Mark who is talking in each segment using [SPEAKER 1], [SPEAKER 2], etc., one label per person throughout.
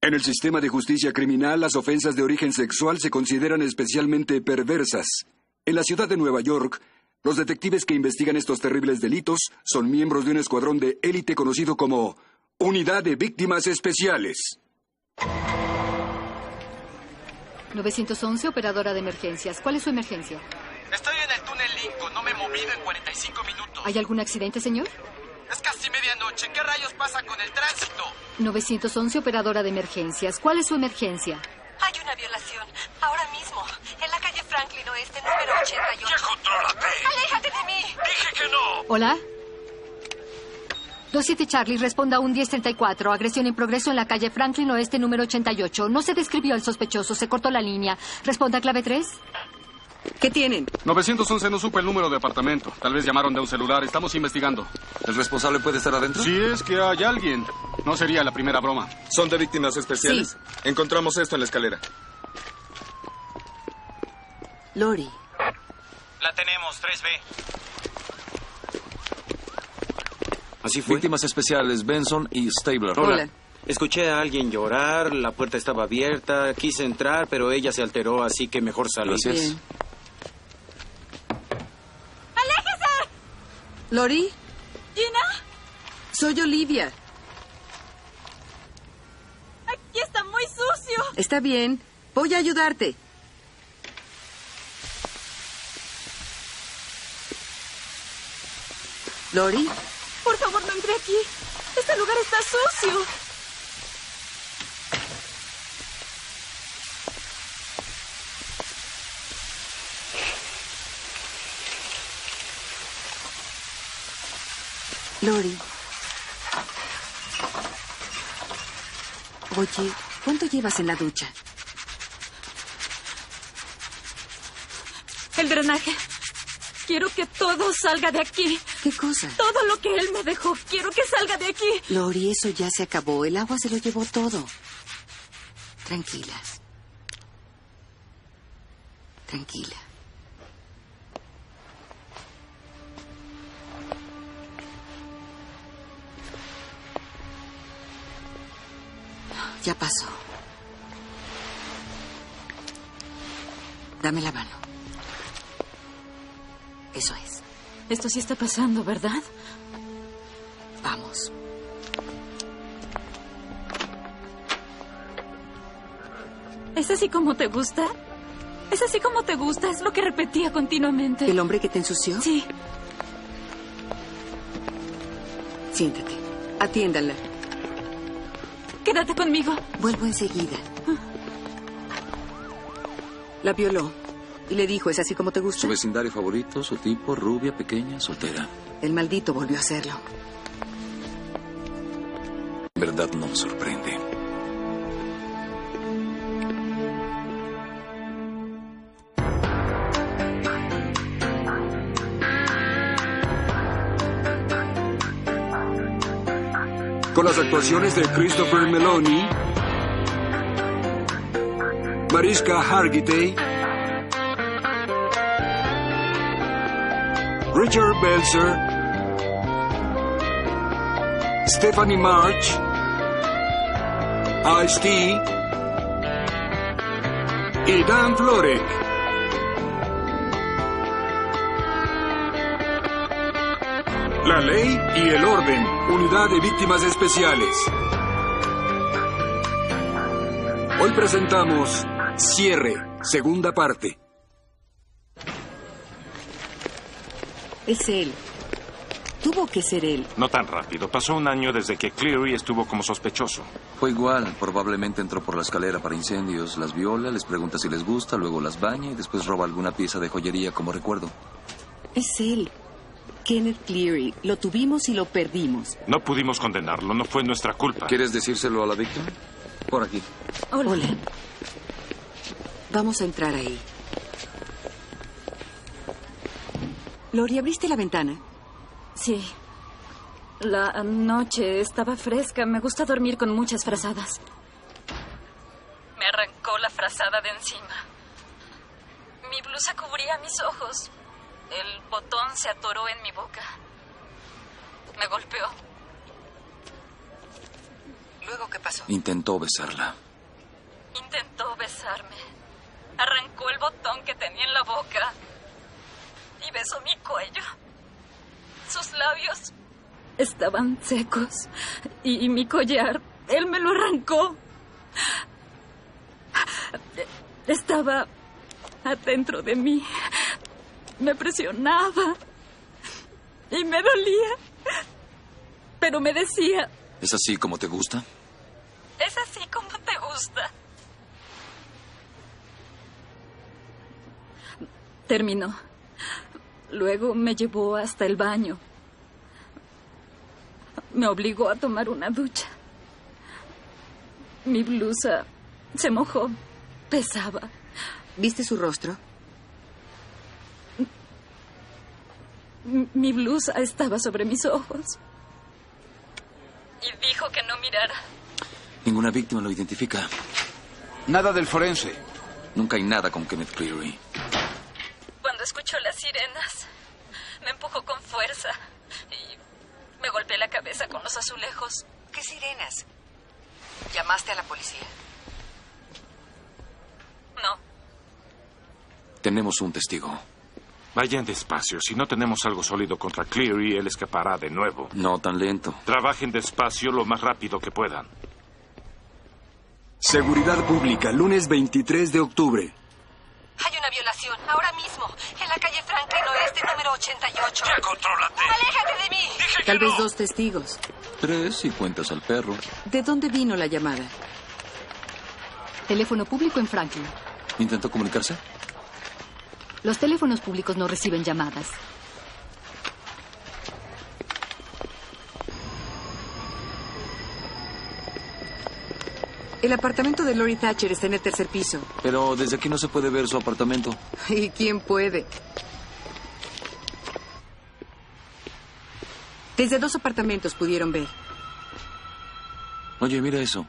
[SPEAKER 1] En el sistema de justicia criminal, las ofensas de origen sexual se consideran especialmente perversas. En la ciudad de Nueva York, los detectives que investigan estos terribles delitos son miembros de un escuadrón de élite conocido como Unidad de Víctimas Especiales.
[SPEAKER 2] 911, operadora de emergencias. ¿Cuál es su emergencia?
[SPEAKER 3] Estoy en el túnel Lincoln, no me he movido en 45 minutos.
[SPEAKER 2] ¿Hay algún accidente, señor?
[SPEAKER 3] Es casi medianoche, ¿qué rayos pasa con el tránsito?
[SPEAKER 2] 911, operadora de emergencias. ¿Cuál es su emergencia?
[SPEAKER 4] Hay una violación, ahora mismo, en la calle Franklin Oeste, número 88.
[SPEAKER 3] ¡Ya contrólate!
[SPEAKER 4] ¡Aléjate de mí!
[SPEAKER 3] ¡Dije que no!
[SPEAKER 2] ¿Hola? 27 Charlie, responda a un 1034. Agresión en progreso en la calle Franklin Oeste, número 88. No se describió al sospechoso, se cortó la línea. Responda clave 3.
[SPEAKER 5] ¿Qué tienen?
[SPEAKER 6] 911 no supo el número de apartamento. Tal vez llamaron de un celular. Estamos investigando.
[SPEAKER 7] ¿El responsable puede estar adentro?
[SPEAKER 6] Si es que hay alguien. No sería la primera broma.
[SPEAKER 7] ¿Son de víctimas especiales? Encontramos esto en la escalera.
[SPEAKER 5] Lori,
[SPEAKER 3] La tenemos, 3B.
[SPEAKER 7] ¿Así fue? Víctimas especiales, Benson y Stabler.
[SPEAKER 5] Hola.
[SPEAKER 8] Escuché a alguien llorar, la puerta estaba abierta, quise entrar, pero ella se alteró, así que mejor salí.
[SPEAKER 7] Gracias.
[SPEAKER 5] Bien. Lori,
[SPEAKER 4] ¿Gina?
[SPEAKER 5] soy Olivia.
[SPEAKER 4] Aquí está muy sucio.
[SPEAKER 5] Está bien. Voy a ayudarte. Lori,
[SPEAKER 4] Por favor, no entre aquí. Este lugar está sucio.
[SPEAKER 5] Lori. Oye, ¿cuánto llevas en la ducha?
[SPEAKER 4] El drenaje. Quiero que todo salga de aquí.
[SPEAKER 5] ¿Qué cosa?
[SPEAKER 4] Todo lo que él me dejó. Quiero que salga de aquí.
[SPEAKER 5] Lori, eso ya se acabó. El agua se lo llevó todo. Tranquilas. Tranquila. Ya pasó. Dame la mano. Eso es.
[SPEAKER 4] Esto sí está pasando, ¿verdad?
[SPEAKER 5] Vamos.
[SPEAKER 4] ¿Es así como te gusta? ¿Es así como te gusta? Es lo que repetía continuamente.
[SPEAKER 5] ¿El hombre que te ensució?
[SPEAKER 4] Sí.
[SPEAKER 5] Siéntate. Atiéndala.
[SPEAKER 4] Quédate conmigo.
[SPEAKER 5] Vuelvo enseguida. La violó y le dijo, ¿es así como te gusta?
[SPEAKER 7] Su vecindario favorito, su tipo, rubia, pequeña, soltera.
[SPEAKER 5] El maldito volvió a hacerlo.
[SPEAKER 7] En verdad no me sorprende.
[SPEAKER 1] Con las actuaciones de Christopher Meloni, Mariska Hargitay, Richard Belzer, Stephanie March, Ice-T y Dan Florek. La ley y el orden. Unidad de Víctimas Especiales. Hoy presentamos Cierre, segunda parte.
[SPEAKER 5] Es él. Tuvo que ser él.
[SPEAKER 9] No tan rápido. Pasó un año desde que Cleary estuvo como sospechoso.
[SPEAKER 7] Fue igual, probablemente entró por la escalera para incendios, las viola, les pregunta si les gusta, luego las baña y después roba alguna pieza de joyería como recuerdo.
[SPEAKER 5] Es él. Kenneth Cleary. Lo tuvimos y lo perdimos.
[SPEAKER 9] No pudimos condenarlo, no fue nuestra culpa.
[SPEAKER 7] ¿Quieres decírselo a la víctima? Por aquí.
[SPEAKER 4] Hola.
[SPEAKER 5] Hola. Vamos a entrar ahí. Lori, ¿abriste la ventana?
[SPEAKER 4] Sí. La noche estaba fresca. Me gusta dormir con muchas frazadas. Me arrancó la frazada de encima. Mi blusa cubría mis ojos. El botón se atoró en mi boca. Me golpeó. ¿Luego qué pasó?
[SPEAKER 7] Intentó besarla.
[SPEAKER 4] Intentó besarme. Arrancó el botón que tenía en la boca y besó mi cuello. Sus labios estaban secos y, y mi collar, él me lo arrancó. Estaba adentro de mí. Me presionaba y me dolía. Pero me decía,
[SPEAKER 7] ¿Es así como te gusta?
[SPEAKER 4] es así como te gusta. Terminó. Luego me llevó hasta el baño. Me obligó a tomar una ducha. Mi blusa se mojó. Pesaba.
[SPEAKER 5] ¿Viste su rostro?
[SPEAKER 4] M- Mi blusa estaba sobre mis ojos. Y dijo que no mirara.
[SPEAKER 7] Ninguna víctima lo identifica.
[SPEAKER 10] Nada del forense.
[SPEAKER 7] Nunca hay nada con Kenneth Cleary.
[SPEAKER 4] Cuando escuchó las sirenas, me empujó con fuerza y me golpeé la cabeza con los azulejos.
[SPEAKER 3] ¿Qué sirenas? ¿Llamaste a la policía?
[SPEAKER 4] No,
[SPEAKER 7] Tenemos un testigo.
[SPEAKER 9] Vayan despacio. Si no tenemos algo sólido contra Cleary, él escapará de nuevo.
[SPEAKER 7] No tan lento.
[SPEAKER 9] Trabajen despacio lo más rápido que puedan.
[SPEAKER 1] Seguridad Pública, lunes 23 de octubre.
[SPEAKER 3] Hay una violación, ahora mismo, en la calle Franklin Oeste, número 88. ¡Ya contrólate! ¡Aléjate de mí!
[SPEAKER 5] Tal vez dos testigos.
[SPEAKER 7] Tres y cuentas al perro.
[SPEAKER 5] ¿De dónde vino la llamada?
[SPEAKER 2] Teléfono público en Franklin.
[SPEAKER 7] ¿Intentó comunicarse?
[SPEAKER 2] Los teléfonos públicos no reciben llamadas.
[SPEAKER 5] El apartamento de Lori Thatcher está en el tercer piso.
[SPEAKER 7] Pero desde aquí no se puede ver su apartamento.
[SPEAKER 5] ¿Y quién puede? Desde dos apartamentos pudieron ver.
[SPEAKER 7] Oye, mira eso.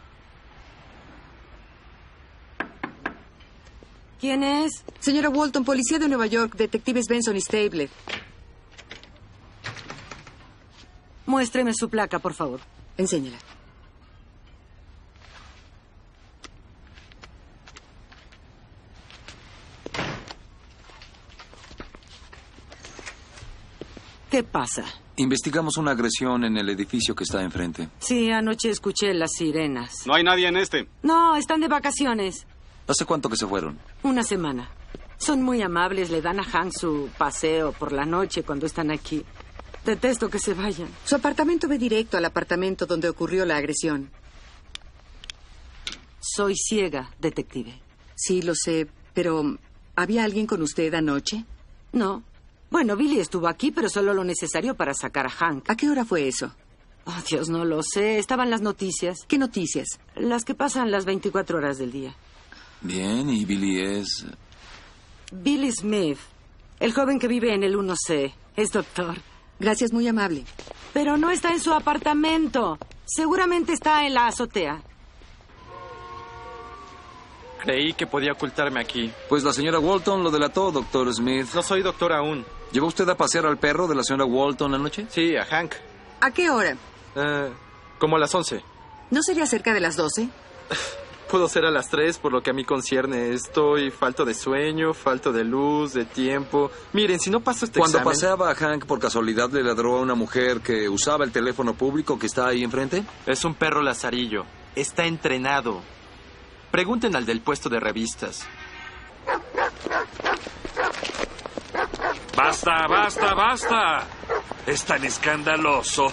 [SPEAKER 5] ¿Quién es? Señora Walton, policía de Nueva York, detectives Benson y Stable.
[SPEAKER 11] Muéstreme su placa, por favor.
[SPEAKER 5] Enséñala.
[SPEAKER 11] ¿Qué pasa?
[SPEAKER 7] Investigamos una agresión en el edificio que está enfrente.
[SPEAKER 11] Sí, anoche escuché las sirenas.
[SPEAKER 12] No hay nadie en este.
[SPEAKER 11] No, están de vacaciones.
[SPEAKER 7] ¿Hace cuánto que se fueron?
[SPEAKER 11] Una semana. Son muy amables, le dan a Hank su paseo por la noche cuando están aquí. Detesto que se vayan.
[SPEAKER 5] Su apartamento ve directo al apartamento donde ocurrió la agresión.
[SPEAKER 11] Soy ciega, detective.
[SPEAKER 5] Sí, lo sé, pero ¿había alguien con usted anoche?
[SPEAKER 11] No. Bueno, Billy estuvo aquí, pero solo lo necesario para sacar a Hank.
[SPEAKER 5] ¿A qué hora fue eso?
[SPEAKER 11] Oh, Dios, no lo sé. Estaban las noticias.
[SPEAKER 5] ¿Qué noticias?
[SPEAKER 11] Las que pasan las 24 horas del día.
[SPEAKER 7] Bien, y Billy es...
[SPEAKER 11] Billy Smith, el joven que vive en el 1C, es doctor.
[SPEAKER 5] Gracias, muy amable.
[SPEAKER 11] Pero no está en su apartamento. Seguramente está en la azotea.
[SPEAKER 6] Creí que podía ocultarme aquí.
[SPEAKER 7] Pues la señora Walton lo delató, doctor Smith.
[SPEAKER 6] No soy doctor aún.
[SPEAKER 7] ¿Llevó usted a pasear al perro de la señora Walton anoche?
[SPEAKER 6] Sí, a Hank.
[SPEAKER 5] ¿A qué hora?
[SPEAKER 6] Eh, como a las 11.
[SPEAKER 5] ¿No sería cerca de las 12?
[SPEAKER 6] Puedo ser a las 3 por lo que a mí concierne. Estoy falto de sueño, falto de luz, de tiempo. Miren, si no paso este
[SPEAKER 7] Cuando
[SPEAKER 6] examen...
[SPEAKER 7] paseaba a Hank, por casualidad le ladró a una mujer que usaba el teléfono público que está ahí enfrente.
[SPEAKER 6] Es un perro lazarillo. Está entrenado. Pregunten al del puesto de revistas.
[SPEAKER 13] ¡Basta, basta, basta! Es tan escandaloso.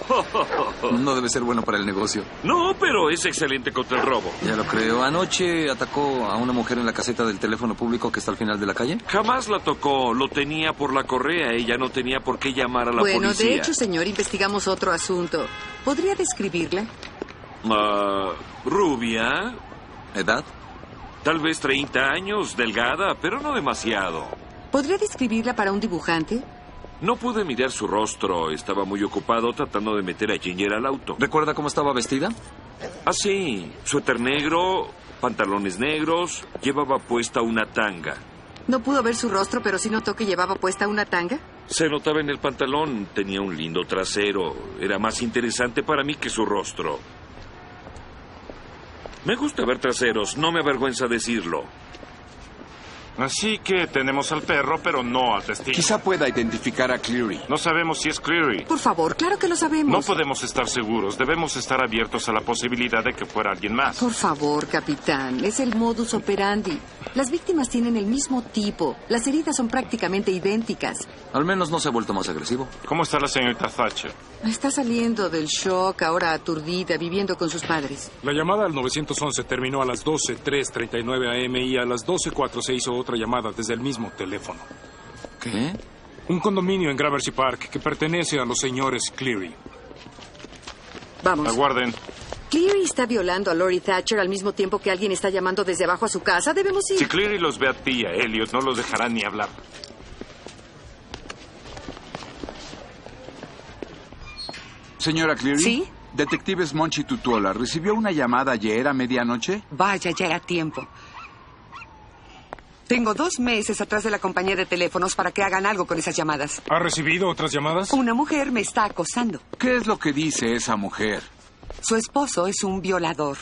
[SPEAKER 7] No debe ser bueno para el negocio.
[SPEAKER 13] No, pero es excelente contra el robo.
[SPEAKER 7] Ya lo creo. Anoche atacó a una mujer en la caseta del teléfono público que está al final de la calle.
[SPEAKER 13] Jamás la tocó, lo tenía por la correa. Ella no tenía por qué llamar a la
[SPEAKER 5] bueno,
[SPEAKER 13] policía.
[SPEAKER 5] de hecho, señor, investigamos otro asunto. ¿Podría describirla?
[SPEAKER 13] Ah, rubia,
[SPEAKER 7] ¿Edad?
[SPEAKER 13] tal vez 30 años, delgada, pero no demasiado.
[SPEAKER 5] ¿Podría describirla para un dibujante?
[SPEAKER 13] No pude mirar su rostro, estaba muy ocupado tratando de meter a Ginger al auto.
[SPEAKER 7] ¿Recuerda cómo estaba vestida?
[SPEAKER 13] Ah, sí, suéter negro, pantalones negros, llevaba puesta una tanga.
[SPEAKER 5] No pudo ver su rostro, pero sí notó que llevaba puesta una tanga.
[SPEAKER 13] Se notaba en el pantalón, tenía un lindo trasero, era más interesante para mí que su rostro. Me gusta ver traseros, no me avergüenza decirlo.
[SPEAKER 9] Así que tenemos al perro, pero no al testigo.
[SPEAKER 14] Quizá pueda identificar a Cleary.
[SPEAKER 9] No sabemos si es Cleary.
[SPEAKER 5] Por favor, claro que lo
[SPEAKER 9] No
[SPEAKER 5] sabemos.
[SPEAKER 9] podemos estar seguros. Debemos estar abiertos a la posibilidad de que fuera alguien más.
[SPEAKER 5] Por favor, capitán, es el modus operandi. Las víctimas tienen el mismo tipo, las heridas son prácticamente idénticas.
[SPEAKER 7] Al menos no se ha vuelto más agresivo.
[SPEAKER 9] ¿Cómo está la señorita Thatcher?
[SPEAKER 5] Está saliendo del shock, ahora aturdida, viviendo con sus padres.
[SPEAKER 15] La llamada al 911 terminó a las 12.339 am y a las 12.04 se hizo otra llamada desde el mismo teléfono.
[SPEAKER 7] ¿Qué?
[SPEAKER 15] Un condominio en Gramercy Park que pertenece a los señores Cleary.
[SPEAKER 5] Vamos.
[SPEAKER 9] Aguarden.
[SPEAKER 5] Cleary está violando a Lori Thatcher al mismo tiempo que alguien está llamando desde abajo a su casa. Debemos ir.
[SPEAKER 9] Si Cleary los ve a ti y a Elliot, no los dejarán ni hablar.
[SPEAKER 14] Señora Cleary.
[SPEAKER 16] Sí.
[SPEAKER 14] Detectives Monchi Tutuola, ¿recibió una llamada ayer a medianoche?
[SPEAKER 16] Vaya, ya era tiempo. Tengo dos meses atrás de la compañía de teléfonos para que hagan algo con esas llamadas.
[SPEAKER 15] ¿Ha recibido otras llamadas?
[SPEAKER 16] Una mujer me está acosando.
[SPEAKER 14] ¿Qué es lo que dice esa mujer?
[SPEAKER 16] Su esposo es un violador.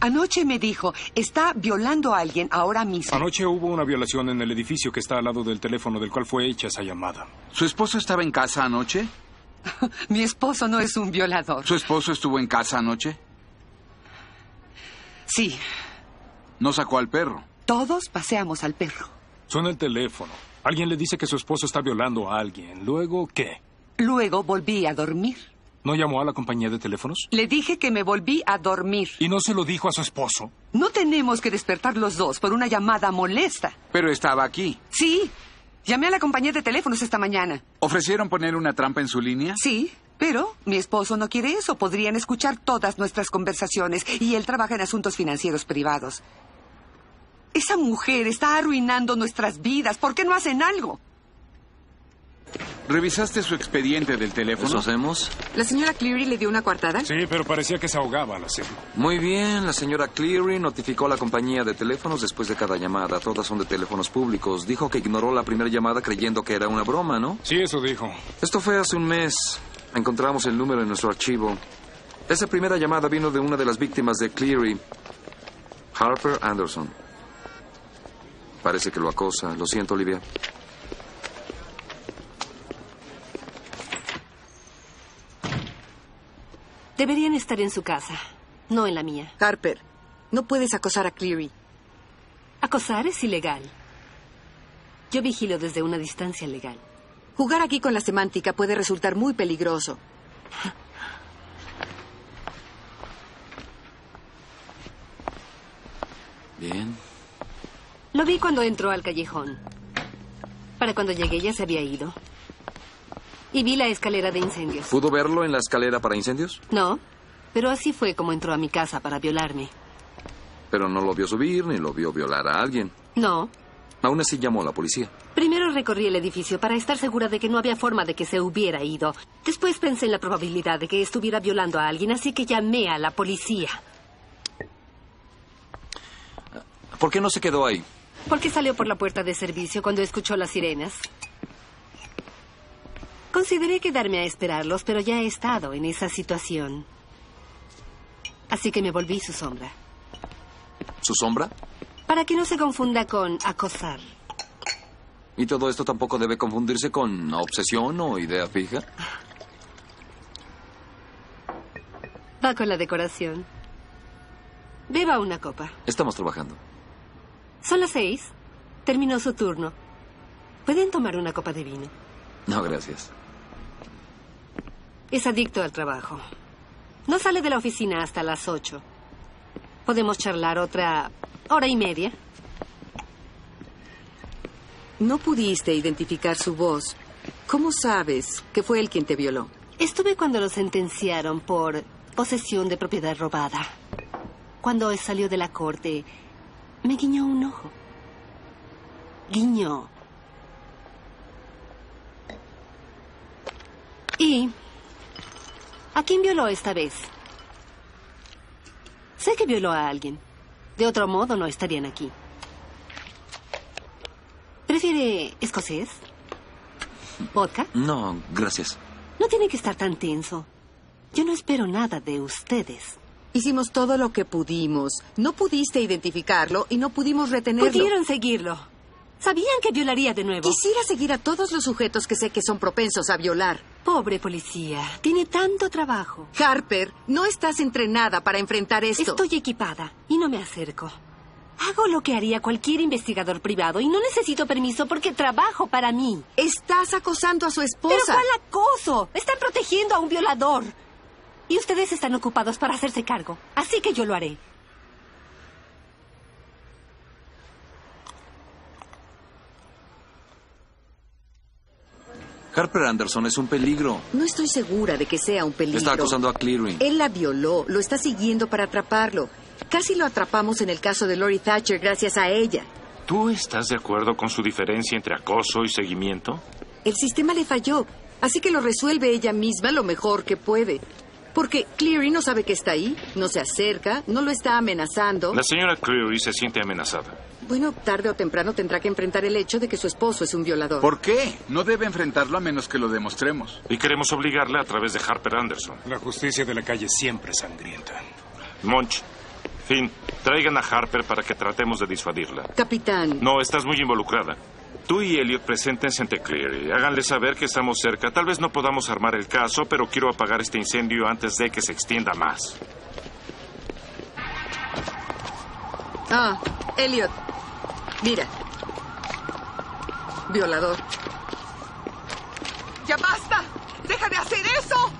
[SPEAKER 16] Anoche me dijo, está violando a alguien ahora mismo.
[SPEAKER 15] Anoche hubo una violación en el edificio que está al lado del teléfono del cual fue hecha esa llamada.
[SPEAKER 14] ¿Su esposo estaba en casa anoche?
[SPEAKER 16] Mi esposo no es un violador.
[SPEAKER 14] ¿Su esposo estuvo en casa anoche?
[SPEAKER 16] Sí.
[SPEAKER 14] No sacó al perro.
[SPEAKER 16] Todos paseamos al perro.
[SPEAKER 15] Suena el teléfono. Alguien le dice que su esposo está violando a alguien. ¿Luego qué?
[SPEAKER 16] Luego volví a dormir.
[SPEAKER 15] ¿No llamó a la compañía de teléfonos?
[SPEAKER 16] Le dije que me volví a dormir.
[SPEAKER 15] ¿Y no se lo dijo a su esposo?
[SPEAKER 16] No tenemos que despertar los dos por una llamada molesta.
[SPEAKER 14] Pero estaba aquí.
[SPEAKER 16] Sí. Llamé a la compañía de teléfonos esta mañana.
[SPEAKER 14] ¿Ofrecieron poner una trampa en su línea?
[SPEAKER 16] Sí, pero mi esposo no quiere eso. Podrían escuchar todas nuestras conversaciones y él trabaja en asuntos financieros privados. Esa mujer está arruinando nuestras vidas. ¿Por qué no hacen algo?
[SPEAKER 14] ¿Revisaste su expediente del teléfono?
[SPEAKER 7] ¿Eso hacemos?
[SPEAKER 5] ¿La señora Cleary le dio una coartada?
[SPEAKER 15] Sí, pero parecía que se ahogaba la serie.
[SPEAKER 7] Muy bien, la señora Cleary notificó a la compañía de teléfonos después de cada llamada. Todas son de teléfonos públicos. Dijo que ignoró la primera llamada creyendo que era una broma, ¿no?
[SPEAKER 15] Sí, eso dijo.
[SPEAKER 7] Esto fue hace un mes. Encontramos el número en nuestro archivo. Esa primera llamada vino de una de las víctimas de Cleary, Harper Anderson. Parece que lo acosa. Lo siento, Olivia.
[SPEAKER 3] Deberían estar en su casa, no en la mía.
[SPEAKER 5] Harper, no puedes acosar a Cleary.
[SPEAKER 3] Acosar es ilegal. Yo vigilo desde una distancia legal.
[SPEAKER 5] Jugar aquí con la semántica puede resultar muy peligroso.
[SPEAKER 7] Bien.
[SPEAKER 3] Lo vi cuando entró al callejón. Para cuando llegué ya se había ido. Y vi la escalera de incendios.
[SPEAKER 7] ¿Pudo verlo en la escalera para incendios?
[SPEAKER 3] No, pero así fue como entró a mi casa para violarme.
[SPEAKER 7] Pero no lo vio subir ni lo vio violar a alguien.
[SPEAKER 3] No,
[SPEAKER 7] Aún así llamó a la policía.
[SPEAKER 3] primero recorrí el edificio para estar segura de que no había forma de que se hubiera ido. Después pensé en la probabilidad de que estuviera violando a alguien, así que llamé a la policía.
[SPEAKER 7] ¿Por qué no se quedó ahí?
[SPEAKER 3] ¿Por qué salió por la puerta de servicio cuando escuchó las sirenas? Consideré quedarme a esperarlos, pero ya he estado en esa situación. Así que me volví su sombra.
[SPEAKER 7] ¿Su sombra?
[SPEAKER 3] Para que no se confunda con acosar.
[SPEAKER 7] Y todo esto tampoco debe confundirse con obsesión o idea fija.
[SPEAKER 3] Va con la decoración. Beba una copa.
[SPEAKER 7] Estamos trabajando.
[SPEAKER 3] Son las seis. Terminó su turno. Pueden tomar una copa de vino.
[SPEAKER 7] No, gracias.
[SPEAKER 3] Es adicto al trabajo. No sale de la oficina hasta las ocho. Podemos charlar otra hora y media.
[SPEAKER 5] No pudiste identificar su voz. ¿Cómo sabes que fue él quien te violó?
[SPEAKER 3] Estuve cuando lo sentenciaron por posesión de propiedad robada. Cuando él salió de la corte, me guiñó un ojo. Guiñó. ¿Y a quién violó esta vez? Sé que violó a alguien. De otro modo no estarían aquí. ¿Prefiere escocés? ¿Vodka?
[SPEAKER 7] No, gracias.
[SPEAKER 3] No tiene que estar tan tenso. Yo no espero nada de ustedes.
[SPEAKER 5] Hicimos todo lo que pudimos. No pudiste identificarlo y no pudimos retenerlo.
[SPEAKER 3] Pudieron seguirlo. Sabían que violaría de nuevo.
[SPEAKER 5] Quisiera seguir a todos los sujetos que sé que son propensos a violar.
[SPEAKER 3] Pobre policía. Tiene tanto trabajo.
[SPEAKER 5] Harper, no estás entrenada para enfrentar esto.
[SPEAKER 3] Estoy equipada y no me acerco. Hago lo que haría cualquier investigador privado y no necesito permiso porque trabajo para mí.
[SPEAKER 5] Estás acosando a su esposa.
[SPEAKER 3] ¿Pero cuál acoso? Están protegiendo a un violador. Y ustedes están ocupados para hacerse cargo. Así que yo lo haré.
[SPEAKER 7] Harper Anderson es un peligro.
[SPEAKER 5] No estoy segura de que sea un peligro.
[SPEAKER 7] Está acosando a Cleary.
[SPEAKER 5] Él la violó, lo está siguiendo para atraparlo. Casi lo atrapamos en el caso de Lori Thatcher gracias a ella.
[SPEAKER 9] ¿Tú estás de acuerdo con su diferencia entre acoso y seguimiento?
[SPEAKER 5] El sistema le falló, así que lo resuelve ella misma lo mejor que puede. Porque Cleary no sabe que está ahí, no se acerca, no lo está amenazando.
[SPEAKER 9] La señora Cleary se siente amenazada.
[SPEAKER 5] Bueno, tarde o temprano tendrá que enfrentar el hecho de que su esposo es un violador.
[SPEAKER 14] ¿Por qué? No debe enfrentarlo a menos que lo demostremos.
[SPEAKER 9] Y queremos obligarla a través de Harper Anderson.
[SPEAKER 15] La justicia de la calle siempre es sangrienta.
[SPEAKER 9] Monch, Finn, traigan a Harper para que tratemos de disuadirla.
[SPEAKER 5] Capitán.
[SPEAKER 9] No, estás muy involucrada. Tú y Elliot preséntense ante Cleary. Háganle saber que estamos cerca. Tal vez no podamos armar el caso, pero quiero apagar este incendio antes de que se extienda más.
[SPEAKER 5] Ah, Elliot. Mira. Violador.
[SPEAKER 17] ¡Ya basta! ¡Deja de hacer eso!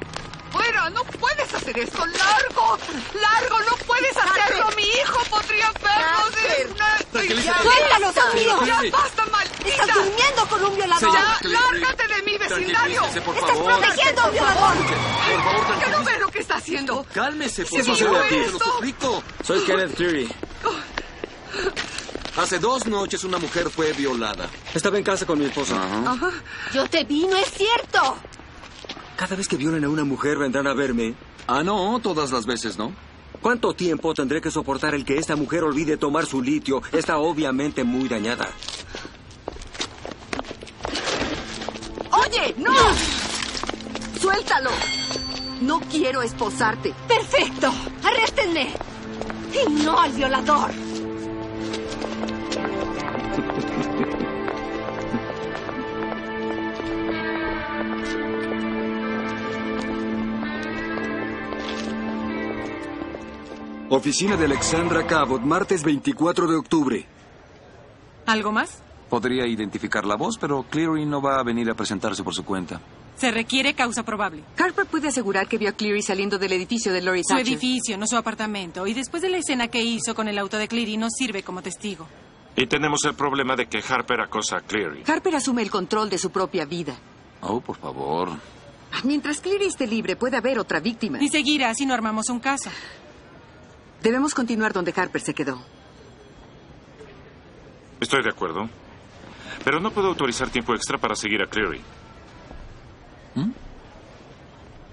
[SPEAKER 17] ¡Fuera! ¡No puedes hacer eso! ¡Largo! ¡Largo! ¡No puedes hacerlo! ¡Mi hijo podría verlo!
[SPEAKER 3] ¡Suéltalo, Samiro!
[SPEAKER 17] ¡Ya basta, maldita!
[SPEAKER 3] ¡Estás durmiendo con un violador!
[SPEAKER 17] ¡Ya! ¡Lárgate de mi vecindario!
[SPEAKER 3] Por favor. ¡Estás protegiendo a un violador!
[SPEAKER 17] Por favor, ¡Que no ve lo que está haciendo!
[SPEAKER 8] ¡Cálmese, por
[SPEAKER 17] Si no
[SPEAKER 8] favor!
[SPEAKER 17] ve
[SPEAKER 8] Te
[SPEAKER 17] esto-
[SPEAKER 8] lo suplico. Soy Kenneth Cleary. Hace dos noches una mujer fue violada. Estaba en casa con mi esposa.
[SPEAKER 3] Ajá. Yo te vi, no es cierto.
[SPEAKER 18] Cada vez que violen a una mujer vendrán a verme.
[SPEAKER 7] Ah, no, todas las veces, ¿no?
[SPEAKER 18] ¿Cuánto tiempo tendré que soportar el que esta mujer olvide tomar su litio? Está obviamente muy dañada.
[SPEAKER 5] ¡Oye, no! ¡Suéltalo! No quiero esposarte.
[SPEAKER 3] ¡Perfecto! ¡Arréstenme! ¡Y no al violador!
[SPEAKER 1] Oficina de Alexandra Cabot, martes 24 de octubre.
[SPEAKER 19] ¿Algo más?
[SPEAKER 7] Podría identificar la voz, pero Cleary no va a venir a presentarse por su cuenta.
[SPEAKER 19] Se requiere causa probable.
[SPEAKER 5] Harper puede asegurar que vio a Cleary saliendo del edificio de Lori
[SPEAKER 19] Su
[SPEAKER 5] Thatcher.
[SPEAKER 19] edificio, no su apartamento. Y después de la escena que hizo con el auto de Cleary, no sirve como testigo.
[SPEAKER 9] Y tenemos el problema de que Harper acosa a Cleary.
[SPEAKER 5] Harper asume el control de su propia vida. Ah,
[SPEAKER 7] Oh, por favor.
[SPEAKER 5] Mientras Cleary esté libre, puede haber otra víctima.
[SPEAKER 19] Y seguirá si no armamos un caso.
[SPEAKER 5] Debemos continuar donde Harper se quedó.
[SPEAKER 9] Estoy de acuerdo. Pero no puedo autorizar tiempo extra para seguir a Cleary.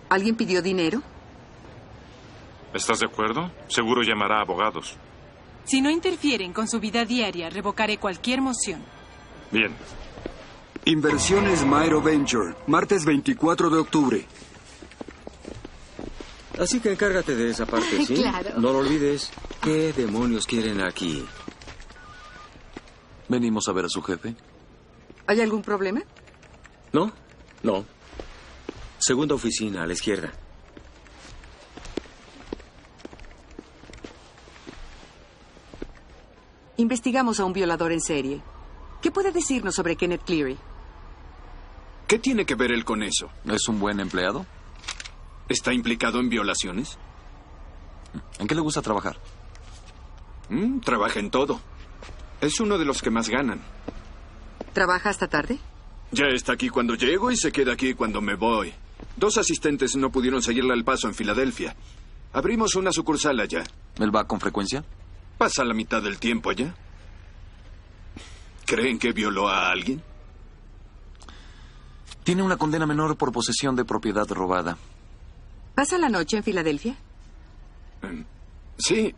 [SPEAKER 5] ¿Alguien pidió dinero?
[SPEAKER 9] ¿Estás de acuerdo? Seguro llamará a abogados.
[SPEAKER 19] Si no interfieren con su vida diaria, revocaré cualquier moción.
[SPEAKER 9] Bien.
[SPEAKER 1] Inversiones Myro Venture, martes 24 de octubre.
[SPEAKER 18] Así que encárgate de esa parte, ¿sí?
[SPEAKER 2] Claro.
[SPEAKER 18] No lo olvides. ¿Qué demonios quieren aquí?
[SPEAKER 7] ¿Venimos a ver a su jefe?
[SPEAKER 5] ¿Hay algún problema?
[SPEAKER 18] ¿No? No. Segunda oficina, a la izquierda.
[SPEAKER 5] Investigamos a un violador en serie. ¿Qué puede decirnos sobre Kenneth Cleary?
[SPEAKER 20] ¿Qué tiene que ver él con eso?
[SPEAKER 7] ¿Es un buen empleado?
[SPEAKER 20] ¿Está implicado en violaciones?
[SPEAKER 7] ¿En qué le gusta trabajar?
[SPEAKER 20] Mm, trabaja en todo. Es uno de los que más ganan.
[SPEAKER 5] ¿Trabaja hasta tarde?
[SPEAKER 20] Ya está aquí cuando llego y se queda aquí cuando me voy. Dos asistentes no pudieron seguirle al paso en Filadelfia. Abrimos una sucursal allá.
[SPEAKER 7] ¿Él va con frecuencia?
[SPEAKER 20] Pasa la mitad del tiempo allá. ¿Creen que violó a alguien?
[SPEAKER 7] Tiene una condena menor por posesión de propiedad robada.
[SPEAKER 5] ¿Pasa la noche en Filadelfia?
[SPEAKER 20] Sí.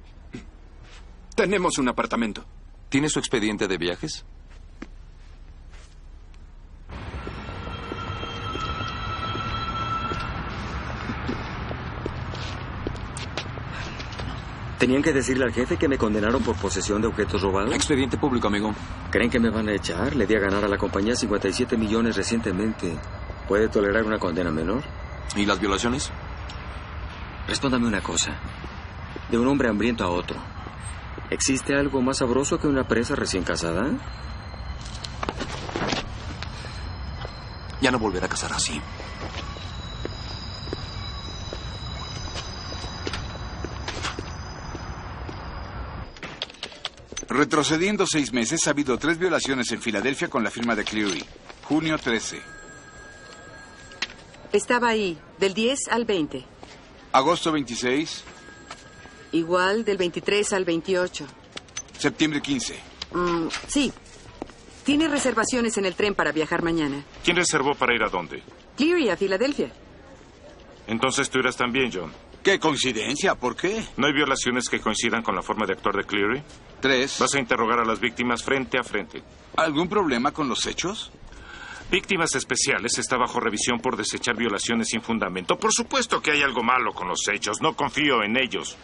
[SPEAKER 20] Tenemos un apartamento.
[SPEAKER 7] ¿Tiene su expediente de viajes?
[SPEAKER 18] ¿Tenían que decirle al jefe que me condenaron por posesión de objetos robados?
[SPEAKER 7] Expediente público, amigo.
[SPEAKER 18] ¿Creen que me van a echar? Le di a ganar a la compañía 57 millones recientemente. ¿Puede tolerar una condena menor?
[SPEAKER 7] ¿Y las violaciones?
[SPEAKER 18] Respóndame una cosa. De un hombre hambriento a otro. ¿Existe algo más sabroso que una presa recién casada?
[SPEAKER 7] Ya no volverá a casar así.
[SPEAKER 14] Retrocediendo seis meses, ha habido tres violaciones en Filadelfia con la firma de Cleary. Junio 13.
[SPEAKER 5] Estaba ahí, del 10 al 20.
[SPEAKER 14] Agosto 26.
[SPEAKER 5] Igual del 23 al 28.
[SPEAKER 14] Septiembre 15.
[SPEAKER 5] Mm, sí. Tiene reservaciones en el tren para viajar mañana.
[SPEAKER 9] ¿Quién reservó para ir a dónde?
[SPEAKER 5] Cleary a Filadelfia.
[SPEAKER 9] Entonces tú irás también, John.
[SPEAKER 20] ¿Qué coincidencia? ¿Por qué?
[SPEAKER 9] ¿No hay violaciones que coincidan con la forma de actuar de Cleary?
[SPEAKER 20] Tres.
[SPEAKER 9] Vas a interrogar a las víctimas frente a frente.
[SPEAKER 20] ¿Algún problema con los hechos?
[SPEAKER 9] Víctimas Especiales está bajo revisión por desechar violaciones sin fundamento. Por supuesto que hay algo malo con los hechos. No confío en ellos.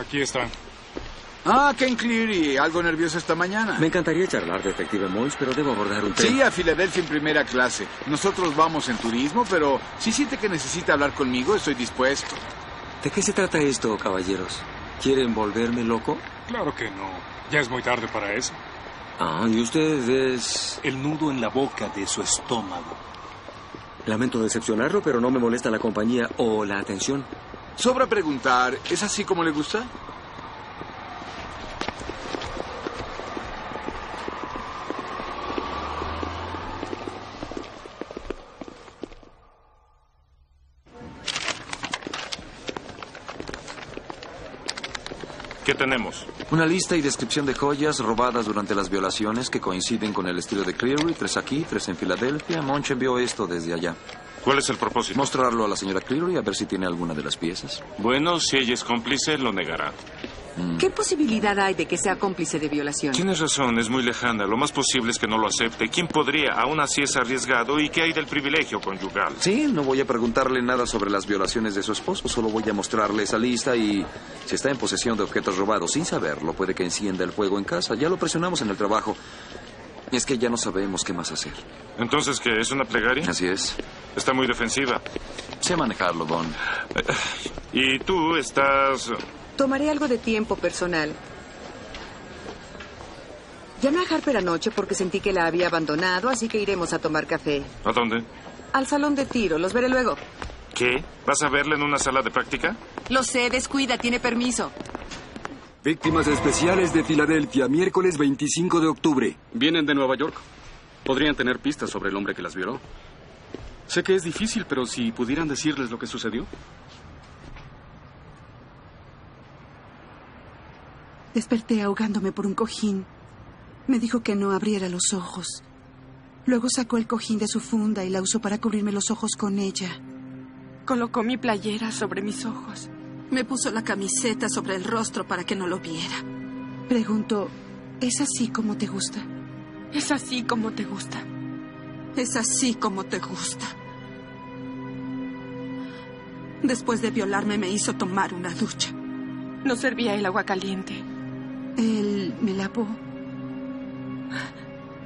[SPEAKER 15] Aquí está.
[SPEAKER 20] Ah, Ken Cleary, algo nervioso esta mañana.
[SPEAKER 18] Me encantaría charlar, detective Moyes, pero debo abordar un tema.
[SPEAKER 20] Sí, a Filadelfia en primera clase. Nosotros vamos en turismo, pero si siente que necesita hablar conmigo, estoy dispuesto.
[SPEAKER 18] ¿De qué se trata esto, caballeros? ¿Quieren volverme loco?
[SPEAKER 15] Claro que no. Ya es muy tarde para eso.
[SPEAKER 18] Ah, ¿y usted es...?
[SPEAKER 15] El nudo en la boca de su estómago.
[SPEAKER 18] Lamento decepcionarlo, pero no me molesta la compañía o la atención.
[SPEAKER 20] Sobra preguntar, ¿es así como le gusta?
[SPEAKER 9] ¿Qué tenemos?
[SPEAKER 7] Una lista y descripción de joyas robadas durante las violaciones que coinciden con el estilo de Cleary. Tres aquí, tres en Filadelfia. Monch envió esto desde allá.
[SPEAKER 9] ¿Cuál es el propósito?
[SPEAKER 7] Mostrarlo a la señora Cleary a ver si tiene alguna de las piezas.
[SPEAKER 9] Bueno, si ella es cómplice, lo negará.
[SPEAKER 7] Mm.
[SPEAKER 5] ¿Qué posibilidad hay de que sea cómplice de violación?
[SPEAKER 9] Tienes razón, es muy lejana. Lo más posible es que no lo acepte. ¿Quién podría? Aún así es arriesgado. ¿Y qué hay del privilegio conyugal?
[SPEAKER 7] Sí, no voy a preguntarle nada sobre las violaciones de su esposo. Solo voy a mostrarle esa lista y si está en posesión de objetos robados sin saberlo, puede que encienda el fuego en casa. Ya lo presionamos en el trabajo. Es que ya no sabemos qué más hacer.
[SPEAKER 9] Entonces, ¿qué? ¿Es una plegaria?
[SPEAKER 7] Así es.
[SPEAKER 9] Está muy defensiva. Eh,
[SPEAKER 7] Sé manejarlo, Don.
[SPEAKER 9] Y tú estás...
[SPEAKER 5] Tomaré algo de tiempo personal. Llamé a Harper anoche porque sentí que la había abandonado, así que iremos a tomar café.
[SPEAKER 9] ¿A dónde?
[SPEAKER 5] Al salón de tiro, los veré luego.
[SPEAKER 9] ¿Qué? ¿Vas a verla en una sala de práctica?
[SPEAKER 5] Lo sé, descuida, tiene permiso.
[SPEAKER 1] Víctimas especiales de Filadelfia, miércoles 25 de octubre.
[SPEAKER 21] Vienen de Nueva York. Podrían tener pistas sobre el hombre que las violó. Sé que es difícil, pero si pudieran decirles lo que sucedió.
[SPEAKER 22] Desperté ahogándome por un cojín. Me dijo que no abriera los ojos. Luego sacó el cojín de su funda y la usó para cubrirme los ojos con ella. Colocó mi playera sobre mis ojos. Me puso la camiseta sobre el rostro para que no lo viera. Preguntó, ¿es así como te gusta? Es así como te gusta. Es así como te gusta. Después de violarme me hizo tomar una ducha. No servía el agua caliente. Él me lavó.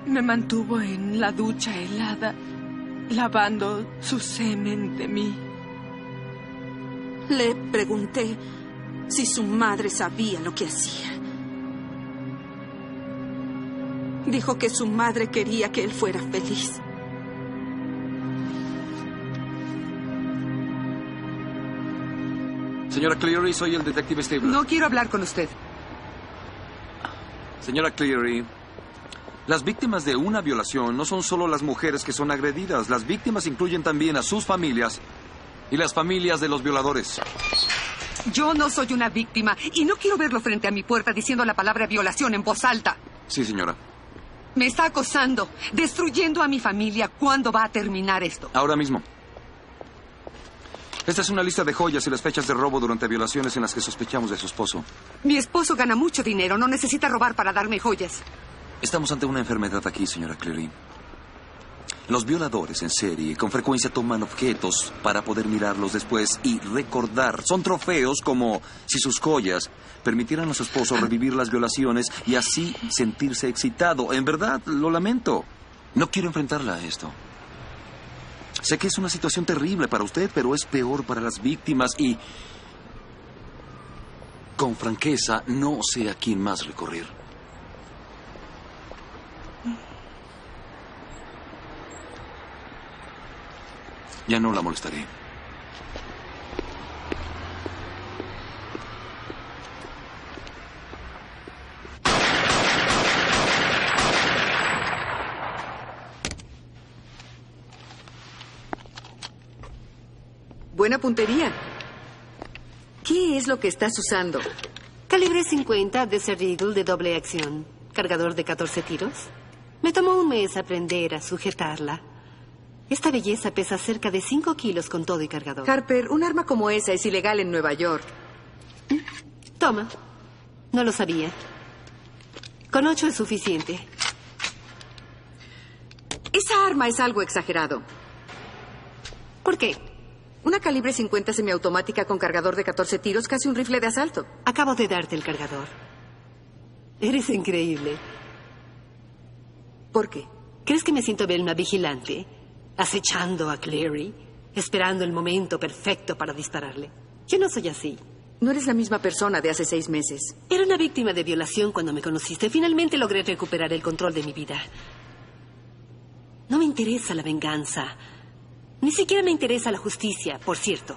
[SPEAKER 22] Me mantuvo en la ducha helada, lavando su semen de mí. Le pregunté si su madre sabía lo que hacía. Dijo que su madre quería que él fuera feliz.
[SPEAKER 7] Señora Cleary, soy el detective Stabler.
[SPEAKER 16] No quiero hablar con usted.
[SPEAKER 7] Señora Cleary, las víctimas de una violación no son solo las mujeres que son agredidas. Las víctimas incluyen también a sus familias y las familias de los violadores.
[SPEAKER 16] Yo no soy una víctima y no quiero verlo frente a mi puerta diciendo la palabra violación en voz alta.
[SPEAKER 7] Sí, señora.
[SPEAKER 16] Me está acosando, destruyendo a mi familia. ¿Cuándo va a terminar esto?
[SPEAKER 7] Ahora mismo. Esta es una lista de joyas y las fechas de robo durante violaciones en las que sospechamos de su esposo.
[SPEAKER 16] Mi esposo gana mucho dinero, no necesita robar para darme joyas.
[SPEAKER 7] Estamos ante una enfermedad aquí, señora Cleary. Los violadores en serie con frecuencia toman objetos para poder mirarlos después y recordar. Son trofeos como si sus joyas permitieran a su esposo revivir las violaciones y así sentirse excitado. En verdad, lo lamento. No quiero enfrentarla a esto. Sé que es una situación terrible para usted, pero es peor para las víctimas y... Con franqueza, no sé a quién más recorrer. Ya no la molestaré.
[SPEAKER 5] Buena puntería. ¿Qué es lo que estás usando?
[SPEAKER 3] Calibre 50 de Desert Eagle de doble acción. Cargador de 14 tiros. Me tomó un mes aprender a sujetarla. Esta belleza pesa cerca de 5 kilos con todo y cargador.
[SPEAKER 5] Harper, un arma como esa es ilegal en Nueva York.
[SPEAKER 3] Toma. No lo sabía. Con 8 es suficiente.
[SPEAKER 5] Esa arma es algo exagerado.
[SPEAKER 3] ¿Por qué?
[SPEAKER 5] Una calibre 50 semiautomática con cargador de 14 tiros, casi un rifle de asalto.
[SPEAKER 3] Acabo de darte el cargador. Eres increíble.
[SPEAKER 5] ¿Por qué?
[SPEAKER 3] ¿Crees que me siento ver una vigilante? Acechando a Cleary, esperando el momento perfecto para dispararle. Yo no soy así.
[SPEAKER 5] No eres la misma persona de hace seis meses.
[SPEAKER 3] Era una víctima de violación cuando me conociste. Finalmente logré recuperar el control de mi vida. No me interesa la venganza. Ni siquiera me interesa la justicia, por cierto.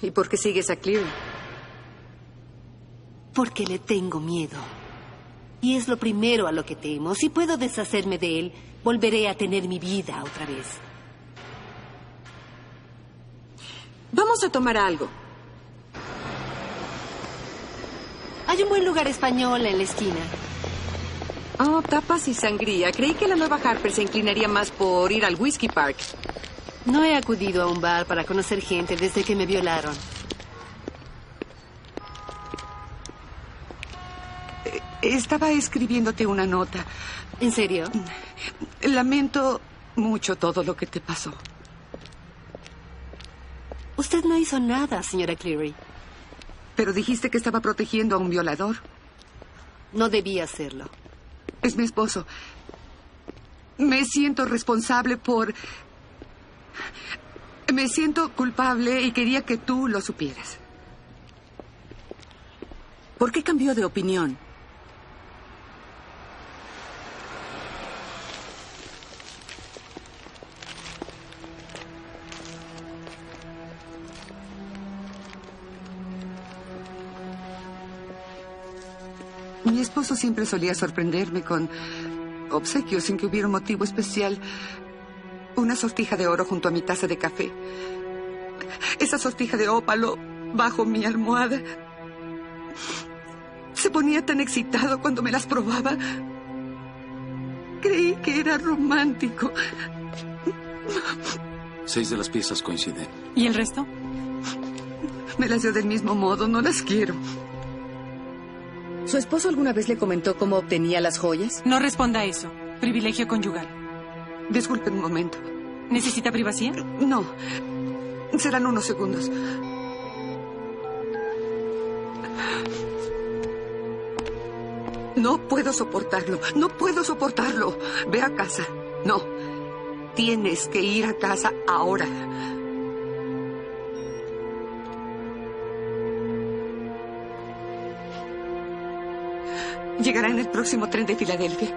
[SPEAKER 5] ¿Y por qué sigues a Cleary?
[SPEAKER 3] Porque le tengo miedo. Y es lo primero a lo que temo. Si puedo deshacerme de él, volveré a tener mi vida otra vez.
[SPEAKER 5] Vamos a tomar algo.
[SPEAKER 3] Hay un buen lugar español en la esquina.
[SPEAKER 5] Oh, tapas y sangría. Creí que la nueva Harper se inclinaría más por ir al Whiskey Park.
[SPEAKER 3] No he acudido a un bar para conocer gente desde que me violaron.
[SPEAKER 16] Estaba escribiéndote una nota.
[SPEAKER 3] ¿En serio?
[SPEAKER 16] Lamento mucho todo lo que te pasó.
[SPEAKER 3] Usted Pues no hizo nada, señora Cleary.
[SPEAKER 16] Pero dijiste que estaba protegiendo a un violador.
[SPEAKER 3] No debía hacerlo.
[SPEAKER 16] Es mi esposo. Me siento responsable por... Me siento culpable y quería que tú lo supieras.
[SPEAKER 23] ¿Por qué cambió de opinión?
[SPEAKER 16] Mi esposo siempre solía sorprenderme con obsequios sin que hubiera un motivo especial. Una sortija de oro junto a mi taza de café. Esa sortija de ópalo bajo mi almohada. Se ponía tan excitado cuando me las probaba. Creí que era romántico.
[SPEAKER 7] Seis de las piezas coinciden.
[SPEAKER 19] ¿Y el resto?
[SPEAKER 16] Me las dio del mismo modo, no las quiero.
[SPEAKER 5] ¿Su esposo alguna vez le comentó cómo obtenía las joyas?
[SPEAKER 19] No responda a eso. Privilegio conyugal.
[SPEAKER 16] Disculpe un momento.
[SPEAKER 19] ¿Necesita privacidad?
[SPEAKER 16] No. Serán unos segundos. No puedo soportarlo. No puedo soportarlo. Ve a casa. No. Tienes que ir a casa ahora. Llegará en el próximo tren de Filadelfia.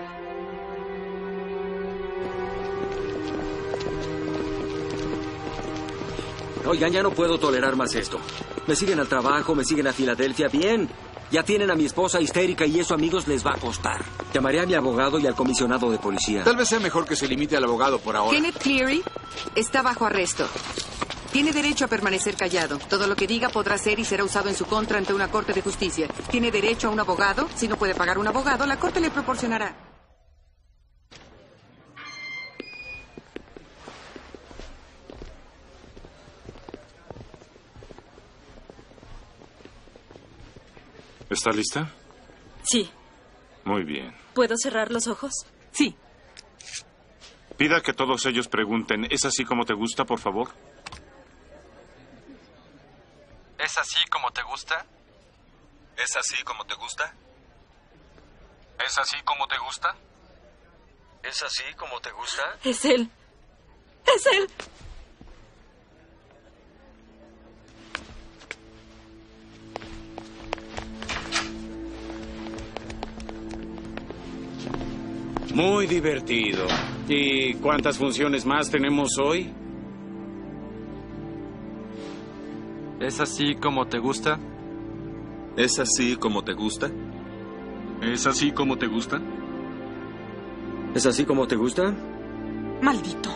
[SPEAKER 18] Oigan, ya no puedo tolerar más esto. Me siguen al trabajo, me siguen a Filadelfia. Bien, ya tienen a mi esposa histérica y eso, amigos, les va a costar. Llamaré a mi abogado y al comisionado de policía.
[SPEAKER 14] Tal vez sea mejor que se limite al abogado por ahora.
[SPEAKER 5] Kenneth Cleary está bajo arresto. Tiene derecho a permanecer callado. Todo lo que diga podrá ser y será usado en su contra ante una corte de justicia. Tiene derecho a un abogado. Si no puede pagar un abogado, la corte le proporcionará.
[SPEAKER 9] ¿Está lista?
[SPEAKER 4] Sí.
[SPEAKER 9] Muy bien.
[SPEAKER 4] ¿Puedo cerrar los ojos? Sí.
[SPEAKER 9] Pida que todos ellos pregunten, ¿es así como te gusta, por favor?
[SPEAKER 24] ¿Es así como te gusta? ¿Es así como te gusta? ¿Es así como te gusta? ¿Es así como te gusta?
[SPEAKER 4] Es él. Es él.
[SPEAKER 8] Muy divertido. ¿Y cuántas funciones más tenemos hoy?
[SPEAKER 6] ¿Es así como te gusta?
[SPEAKER 24] ¿Es así como te gusta?
[SPEAKER 21] ¿Es así como te gusta?
[SPEAKER 18] ¿Es así como te gusta?
[SPEAKER 22] Maldito.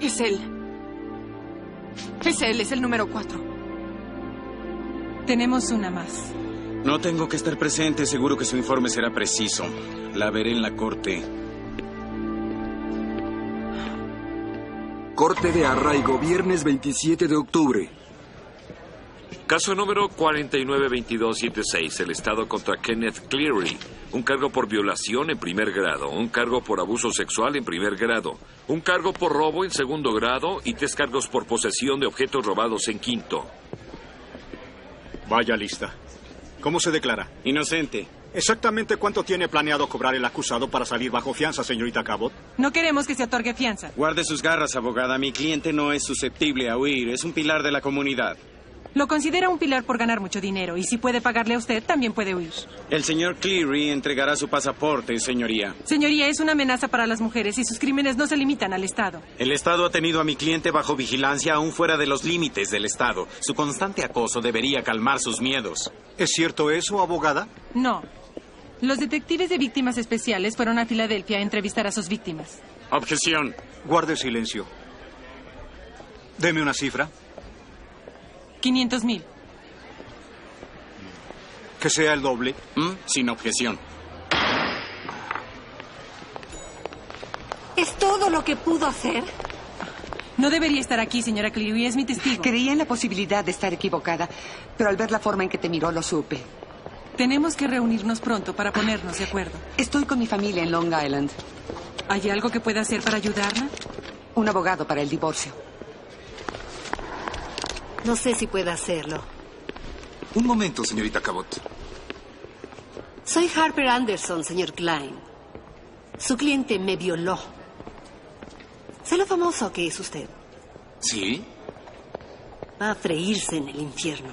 [SPEAKER 17] Es él. Es él, es el número cuatro.
[SPEAKER 19] Tenemos una más.
[SPEAKER 8] No tengo que estar presente, seguro que su informe será preciso. La veré en la corte.
[SPEAKER 1] Corte de Arraigo, viernes 27 de octubre.
[SPEAKER 13] Caso número 492276, el Estado contra Kenneth Cleary. Un cargo por violación en primer grado, un cargo por abuso sexual en primer grado, un cargo por robo en segundo grado y tres cargos por posesión de objetos robados en quinto.
[SPEAKER 25] Vaya lista. ¿Cómo se declara?
[SPEAKER 8] Inocente.
[SPEAKER 25] ¿Exactamente cuánto tiene planeado cobrar el acusado para salir bajo fianza, señorita Cabot?
[SPEAKER 19] No queremos que se otorgue fianza.
[SPEAKER 8] Guarde sus garras, abogada. Mi cliente no es susceptible a huir. Es un pilar de la comunidad.
[SPEAKER 19] Lo considera un pilar por ganar mucho dinero y si puede pagarle a usted, también puede huir.
[SPEAKER 8] El señor Cleary entregará su pasaporte, señoría.
[SPEAKER 19] Señoría, es una amenaza para las mujeres y sus crímenes no se limitan al Estado.
[SPEAKER 8] El Estado ha tenido a mi cliente bajo vigilancia aún fuera de los límites del Estado. Su constante acoso debería calmar sus miedos.
[SPEAKER 25] ¿Es cierto eso, abogada?
[SPEAKER 19] No. Los detectives de víctimas especiales fueron a Filadelfia a entrevistar a sus víctimas.
[SPEAKER 8] Objeción.
[SPEAKER 25] Guarde silencio. Deme una cifra.
[SPEAKER 19] 500 mil.
[SPEAKER 25] Que sea el doble.
[SPEAKER 8] ¿Mm? Sin objeción.
[SPEAKER 26] ¿Es todo lo que pudo hacer?
[SPEAKER 19] No debería estar aquí, señora Cleary. Es mi testigo.
[SPEAKER 16] Creía en la posibilidad de estar equivocada, pero al ver la forma en que te miró lo supe.
[SPEAKER 19] Tenemos que reunirnos pronto para ponernos de acuerdo.
[SPEAKER 16] Estoy con mi familia en Long Island.
[SPEAKER 19] ¿Hay algo que pueda hacer para ayudarla?
[SPEAKER 16] Un abogado para el divorcio.
[SPEAKER 26] No sé si pueda hacerlo.
[SPEAKER 27] Un momento, señorita Cabot.
[SPEAKER 26] Soy Harper Anderson, señor Klein. Su cliente me violó. Sé lo famoso que es usted.
[SPEAKER 27] ¿Sí?
[SPEAKER 26] Va a freírse en el infierno.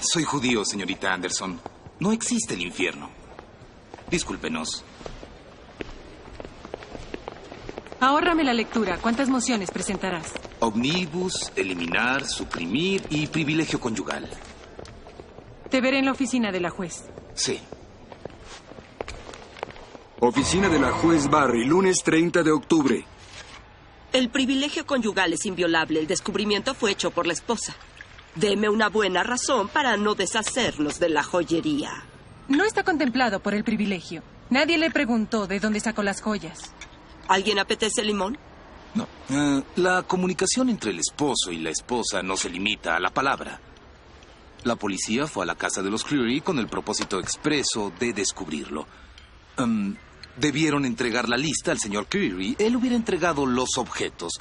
[SPEAKER 27] Soy judío, señorita Anderson. No existe el infierno. Discúlpenos.
[SPEAKER 19] Ahórrame la lectura. ¿Cuántas mociones presentarás?
[SPEAKER 27] Omnibus, eliminar, suprimir y privilegio conyugal.
[SPEAKER 19] Te veré en la oficina de la juez.
[SPEAKER 27] Sí.
[SPEAKER 1] Oficina de la juez Barry, lunes 30 de octubre.
[SPEAKER 28] El privilegio conyugal es inviolable. El descubrimiento fue hecho por la esposa. Deme una buena razón para no deshacernos de la joyería.
[SPEAKER 19] No está contemplado por el privilegio. Nadie le preguntó de dónde sacó las joyas.
[SPEAKER 28] ¿Alguien apetece limón?
[SPEAKER 27] No. Eh, la comunicación entre el esposo y la esposa no se limita a la palabra. La policía fue a la casa de los Cleary con el propósito expreso de descubrirlo. Um, debieron entregar la lista al señor Cleary. Él hubiera entregado los objetos.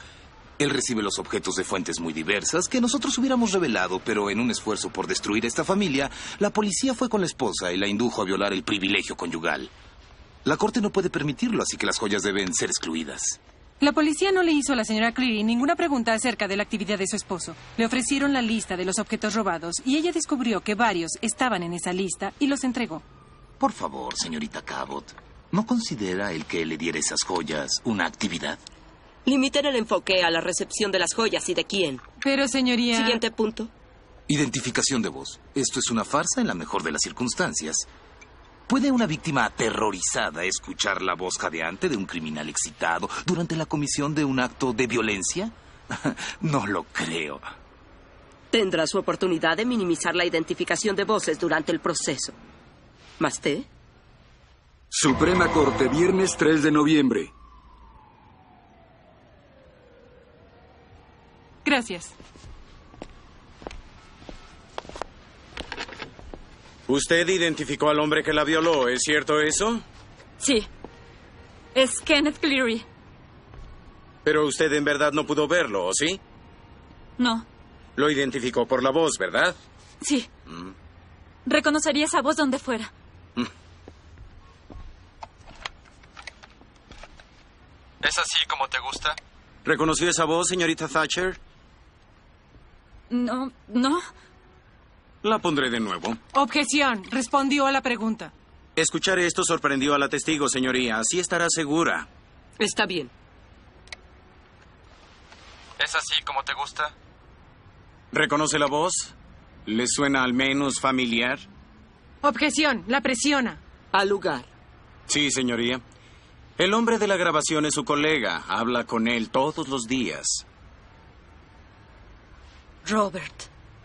[SPEAKER 27] Él recibe los objetos de fuentes muy diversas que nosotros hubiéramos revelado, pero en un esfuerzo por destruir a esta familia, la policía fue con la esposa y la indujo a violar el privilegio conyugal. La corte no puede permitirlo, así que las joyas deben ser excluidas.
[SPEAKER 19] La policía no le hizo a la señora Cleary ninguna pregunta acerca de la actividad de su esposo. Le ofrecieron la lista de los objetos robados y ella descubrió que varios estaban en esa lista y los entregó.
[SPEAKER 27] Por favor, señorita Cabot, ¿no considera el que le diera esas joyas una actividad?
[SPEAKER 28] Limiten el enfoque a la recepción de las joyas y de quién.
[SPEAKER 19] Pero, señoría.
[SPEAKER 28] Siguiente punto.
[SPEAKER 27] Identificación de voz. Esto es una farsa en la mejor de las circunstancias. ¿Puede una víctima aterrorizada escuchar la voz jadeante de un criminal excitado durante la comisión de un acto de violencia? No lo creo.
[SPEAKER 28] Tendrá su oportunidad de minimizar la identificación de voces durante el proceso. ¿Masté?
[SPEAKER 1] Suprema Corte, viernes 3 de noviembre.
[SPEAKER 19] Gracias.
[SPEAKER 8] Usted identificó al hombre que la violó, ¿es cierto eso?
[SPEAKER 4] Sí. Es Kenneth Cleary.
[SPEAKER 8] Pero usted en verdad no pudo verlo, ¿o sí?
[SPEAKER 4] No,
[SPEAKER 8] Lo identificó por la voz, ¿verdad? Mm.
[SPEAKER 4] sí. Reconocería esa voz donde fuera.
[SPEAKER 24] ¿Es así como te gusta?
[SPEAKER 8] ¿Reconoció esa voz, señorita Thatcher?
[SPEAKER 19] No, no.
[SPEAKER 8] La pondré de nuevo.
[SPEAKER 19] Objeción. Respondió a la pregunta.
[SPEAKER 8] Escuchar esto sorprendió a la testigo, señoría. Así estará segura.
[SPEAKER 28] Está bien.
[SPEAKER 24] ¿Es así como te gusta?
[SPEAKER 8] ¿Reconoce la voz? ¿Le suena al menos familiar?
[SPEAKER 19] Objeción. La presiona.
[SPEAKER 28] Al lugar.
[SPEAKER 8] Sí, señoría. El hombre de la grabación es su colega. Habla con él todos los días.
[SPEAKER 28] Robert.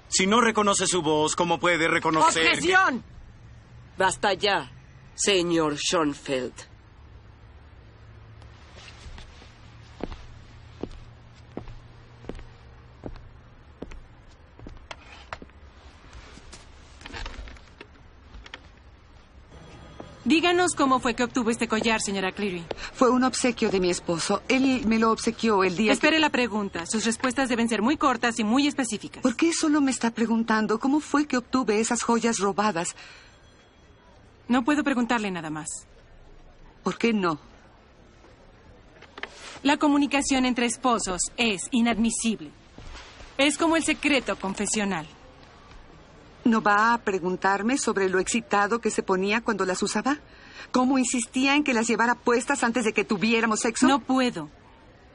[SPEAKER 8] Si no reconoce su voz, ¿cómo puede reconocer?
[SPEAKER 28] Basta ya, señor Schoenfeld.
[SPEAKER 19] Díganos cómo fue que obtuvo este collar, señora Cleary.
[SPEAKER 16] Fue un obsequio de mi esposo. Él me lo obsequió el día.
[SPEAKER 19] Espere la pregunta. Sus respuestas deben ser muy cortas y muy específicas.
[SPEAKER 16] ¿Por qué solo me está preguntando cómo fue que obtuve esas joyas robadas?
[SPEAKER 19] No puedo preguntarle nada más.
[SPEAKER 16] ¿Por qué no?
[SPEAKER 19] La comunicación entre esposos es inadmisible. Es como el secreto confesional.
[SPEAKER 16] ¿No va a preguntarme sobre lo excitado que se ponía cuando las usaba? ¿Cómo insistía en que las llevara puestas antes de que tuviéramos sexo?
[SPEAKER 19] No puedo.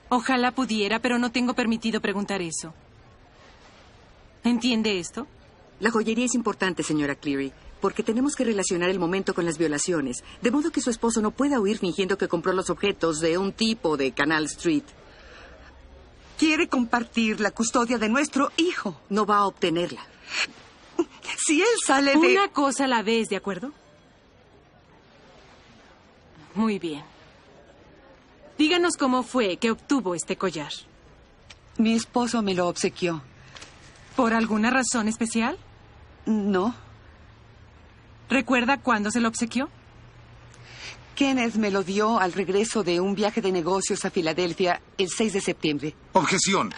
[SPEAKER 19] Ojalá pudiera, pero no tengo permitido preguntar eso. ¿Entiende esto?
[SPEAKER 5] La joyería es importante, señora Cleary, porque tenemos que relacionar el momento con las violaciones, de modo que su esposo no pueda huir fingiendo que compró los objetos de un tipo de Canal Street.
[SPEAKER 16] Quiere compartir la custodia de nuestro hijo.
[SPEAKER 5] No va a obtenerla.
[SPEAKER 16] Si él sale de...
[SPEAKER 19] Una cosa a la vez, ¿de acuerdo? Muy bien. Díganos cómo fue que obtuvo este collar.
[SPEAKER 16] Mi esposo me lo obsequió.
[SPEAKER 19] ¿Por alguna razón especial?
[SPEAKER 16] No.
[SPEAKER 19] ¿Recuerda cuándo se lo obsequió?
[SPEAKER 16] Kenneth me lo dio al regreso de un viaje de negocios a Filadelfia el 6 de septiembre.
[SPEAKER 2] Objeción.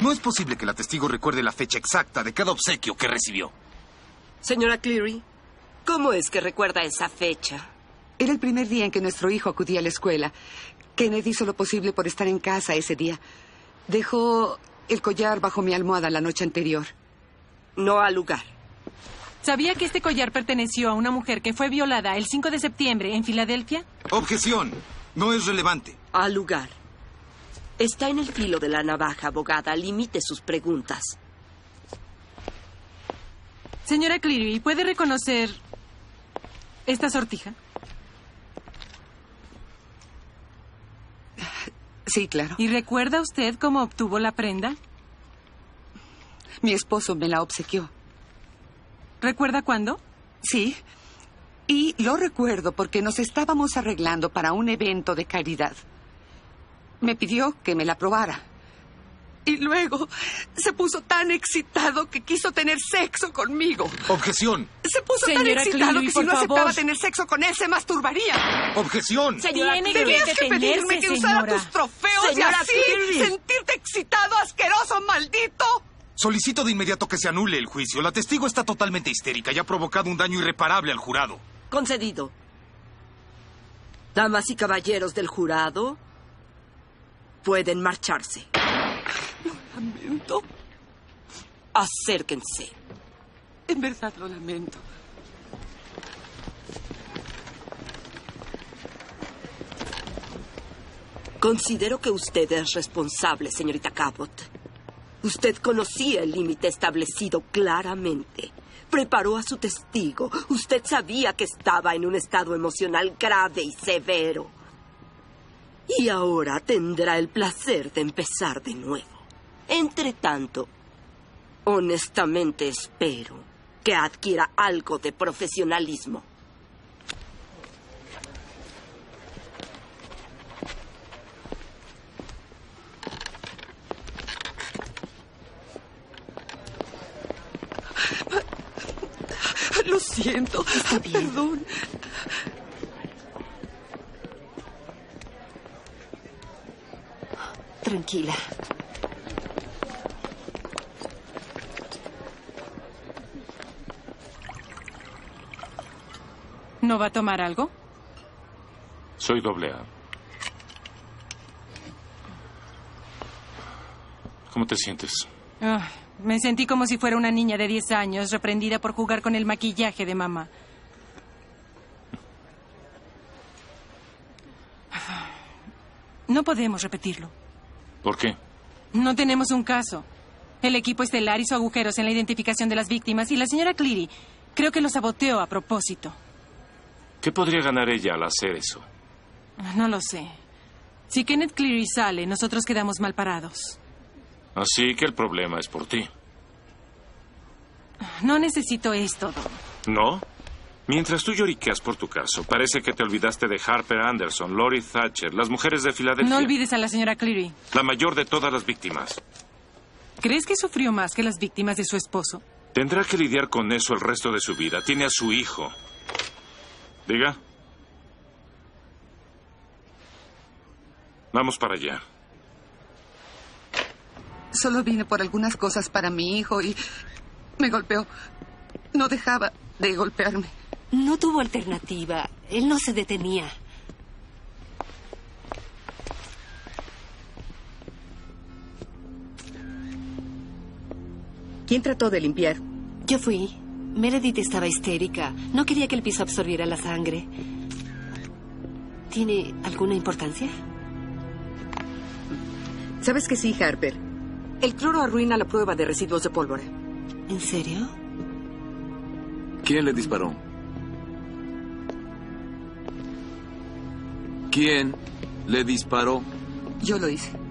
[SPEAKER 2] No es posible que la testigo recuerde la fecha exacta de cada obsequio que recibió.
[SPEAKER 28] Señora Cleary, ¿cómo es que recuerda esa fecha?
[SPEAKER 16] Era el primer día en que nuestro hijo acudía a la escuela. Kenneth hizo lo posible por estar en casa ese día. Dejó el collar bajo mi almohada la noche anterior.
[SPEAKER 28] No al lugar.
[SPEAKER 19] ¿Sabía que este collar perteneció a una mujer que fue violada el 5 de septiembre en Filadelfia?
[SPEAKER 2] Objeción. No es relevante.
[SPEAKER 28] Al lugar. Está en el filo de la navaja, abogada. Limite sus preguntas.
[SPEAKER 19] Señora Cleary, ¿puede reconocer esta sortija?
[SPEAKER 16] Sí, claro.
[SPEAKER 19] ¿Y recuerda usted cómo obtuvo la prenda?
[SPEAKER 16] Mi esposo me la obsequió.
[SPEAKER 19] ¿Recuerda cuándo?
[SPEAKER 16] Sí. Y lo recuerdo porque nos estábamos arreglando para un evento de caridad. Me pidió que me la probara. Y luego se puso tan excitado que quiso tener sexo conmigo.
[SPEAKER 2] Objeción.
[SPEAKER 16] Se puso tan
[SPEAKER 2] Señora
[SPEAKER 16] excitado
[SPEAKER 2] Cleary,
[SPEAKER 16] que si
[SPEAKER 2] por
[SPEAKER 16] no aceptaba
[SPEAKER 2] favor.
[SPEAKER 16] tener sexo con él, se masturbaría.
[SPEAKER 2] Objeción.
[SPEAKER 16] Tenías que pedirme que usara
[SPEAKER 2] señora.
[SPEAKER 16] tus trofeos
[SPEAKER 2] Señora
[SPEAKER 16] y así
[SPEAKER 2] Cleary.
[SPEAKER 16] sentirte excitado, asqueroso, maldito.
[SPEAKER 2] Solicito de inmediato que se anule el juicio. La testigo está totalmente histérica y ha provocado un daño irreparable al jurado.
[SPEAKER 28] Concedido. Damas y caballeros del jurado, pueden marcharse. Lo lamento. Acérquense.
[SPEAKER 16] En verdad lo lamento.
[SPEAKER 28] Considero que usted es responsable, señorita Cabot. Usted conocía el límite establecido claramente. Preparó a su testigo. Usted sabía que estaba en un estado emocional grave y severo. Y ahora tendrá el placer de empezar de nuevo. Entre tanto, honestamente espero que adquiera algo de profesionalismo.
[SPEAKER 23] Lo siento. Perdón.
[SPEAKER 26] Tranquila.
[SPEAKER 19] ¿No va a tomar algo?
[SPEAKER 9] Soy doble A. ¿Cómo te sientes?
[SPEAKER 19] Ah, me sentí como si fuera una niña de 10 años reprendida por jugar con el maquillaje de mamá. No podemos repetirlo.
[SPEAKER 9] ¿Por qué?
[SPEAKER 19] No tenemos un caso. El equipo estelar hizo agujeros en la identificación de las víctimas y la señora Cleary creo que lo saboteó a propósito.
[SPEAKER 9] ¿Qué podría ganar ella al hacer eso?
[SPEAKER 19] No lo sé. Si Kenneth Cleary sale, nosotros quedamos mal parados.
[SPEAKER 9] Así que el problema es por ti.
[SPEAKER 19] No necesito esto, Don.
[SPEAKER 9] ¿No? Mientras tú lloriqueas por tu caso, parece que te olvidaste de Harper Anderson, Lori Thatcher, las mujeres de Filadelfia.
[SPEAKER 19] No olvides a la señora Cleary.
[SPEAKER 9] La mayor de todas las víctimas.
[SPEAKER 19] ¿Crees que sufrió más que las víctimas de su esposo?
[SPEAKER 9] Tendrá que lidiar con eso el resto de su vida. Tiene a su hijo. Diga. Vamos para allá.
[SPEAKER 16] Solo vine por algunas cosas para mi hijo y me golpeó. No dejaba de golpearme.
[SPEAKER 26] No tuvo alternativa. Él no se detenía.
[SPEAKER 5] ¿Quién trató de limpiar?
[SPEAKER 26] Yo fui. Meredith estaba histérica. No quería que el piso absorbiera la sangre. ¿Tiene alguna importancia?
[SPEAKER 5] ¿Sabes que sí, Harper? El cloro arruina la prueba de residuos de pólvora.
[SPEAKER 26] ¿En serio?
[SPEAKER 7] ¿Quién le disparó? ¿Quién le disparó?
[SPEAKER 16] Yo lo hice.